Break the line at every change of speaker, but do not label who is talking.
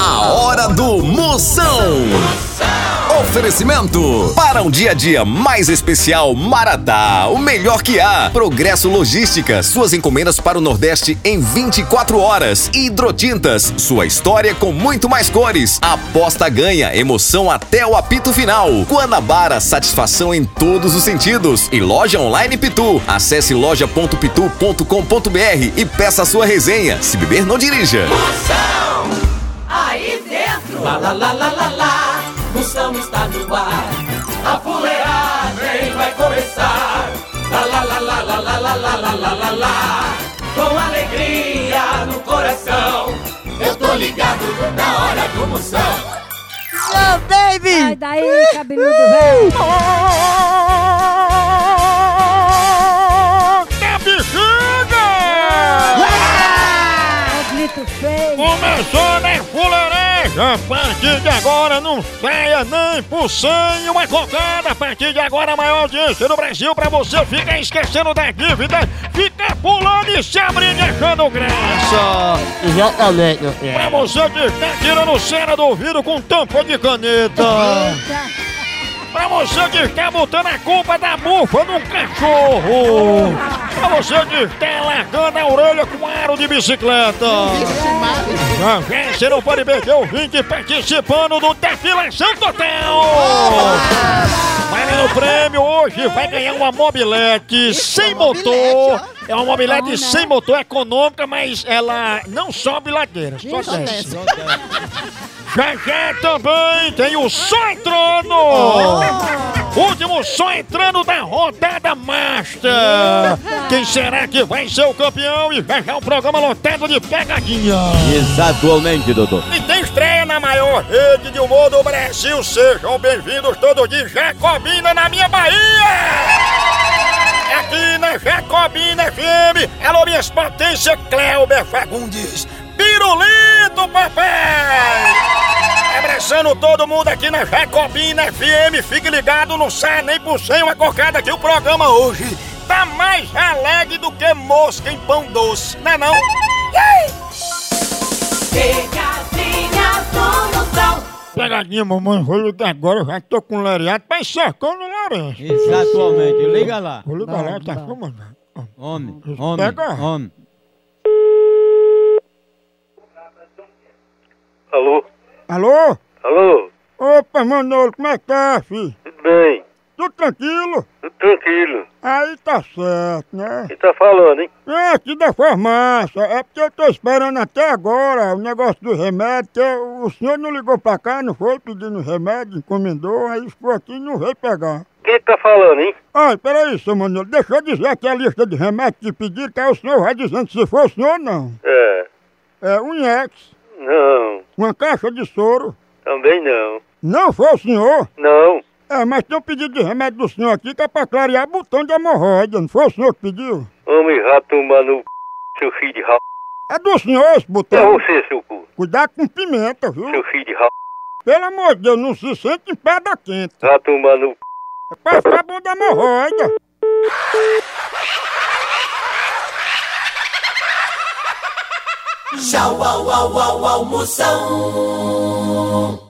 A hora do Moção. Oferecimento para um dia a dia mais especial Maratá, o melhor que há. Progresso Logística, suas encomendas para o Nordeste em 24 horas. Hidrotintas, sua história com muito mais cores. Aposta ganha, emoção até o apito final. Guanabara, satisfação em todos os sentidos. E loja online Pitu. Acesse loja.pitu.com.br e peça sua resenha. Se beber, não dirija.
Aí dentro, lá lá lá lá lá lá, Moção está no ar, a fuleagem vai começar. Lá lá lá lá lá lá lá lá lá lá lá lá, com alegria no coração, eu tô ligado na hora do Moção.
Hello,
Sai
baby!
daí, cabeludo velho.
Da bexiga!
É grito feio.
Começou na fuleiragem! A partir de agora não saia nem por cem uma cocada! A partir de agora a maior audiência do Brasil pra você fica esquecendo da dívida, fica pulando e se abrindo e achando graça!
Exatamente, meu filho.
Pra você que está tirando cera do ouvido com tampa de caneta!
Eita.
Pra você que está botando a culpa da bufa num cachorro! Pra você que está largando a orelha com aro de bicicleta! Já vem, você não pode perder o vinte participando do Defilação Total! Mas no um prêmio hoje vai ganhar uma mobilete sem motor. É uma mobilete
Bom, né?
sem motor, é econômica, mas ela não sobe ladeira, só
Só
desce. Já já também tem o Só Entrando!
Oh!
Último Só Entrando da rodada Master! Quem será que vai ser o campeão? E já já o programa lotado de pegadinha!
Exatamente, doutor.
E tem estreia na maior rede de humor do Brasil! Sejam bem-vindos todos de Jacobina na minha Bahia! Aqui na Jacobina FM, alô minhas potências, Cléuber Fagundes, Pirulito, papai! Abraçando todo mundo aqui na Jacobina FM, fique ligado, não sai nem por cem uma cocada que o programa hoje tá mais alegre do que mosca em pão doce, não é não?
Pegadinha do Moção.
Pegadinha, mamãe, vou ligar agora, eu já tô com o lariato, tá cercando o Lourenço.
Exatamente. Liga lá.
Vou ligar lá, tá
Vai, vai.
chamando.
Homem, homem,
Pega.
homem.
Alô?
Alô?
Alô?
Opa, Manolo, como é que tá, filho?
Tudo bem?
Tudo tranquilo?
Tudo tranquilo?
Aí tá certo, né?
Quem tá falando, hein?
É, aqui da farmácia, é porque eu tô esperando até agora o negócio do remédio, que o senhor não ligou pra cá, não foi pedindo remédio, encomendou, aí ficou aqui e não veio pegar.
Quem tá falando, hein?
Olha, peraí, seu Manolo, deixa eu dizer aqui a lista de remédios que pediram, que aí o senhor vai dizendo se foi o senhor ou não.
É.
É, um ex,
Não.
uma caixa de soro,
Também não.
não foi o senhor.
Não.
É, mas tem um pedido de remédio do senhor aqui que é pra clarear botão de hemorroida, não foi o senhor que pediu?
Homem rato tomar no c... seu filho de rabo.
É do senhor esse
É
botão.
você, seu cu.
Cuidado com pimenta, viu?
Seu filho de rabo.
Pelo amor de Deus, não se sente em pedra quente.
Rato tomar no c...
É pra ficar bom da hemorroida.
Tchau, au, au, au, au, Moção.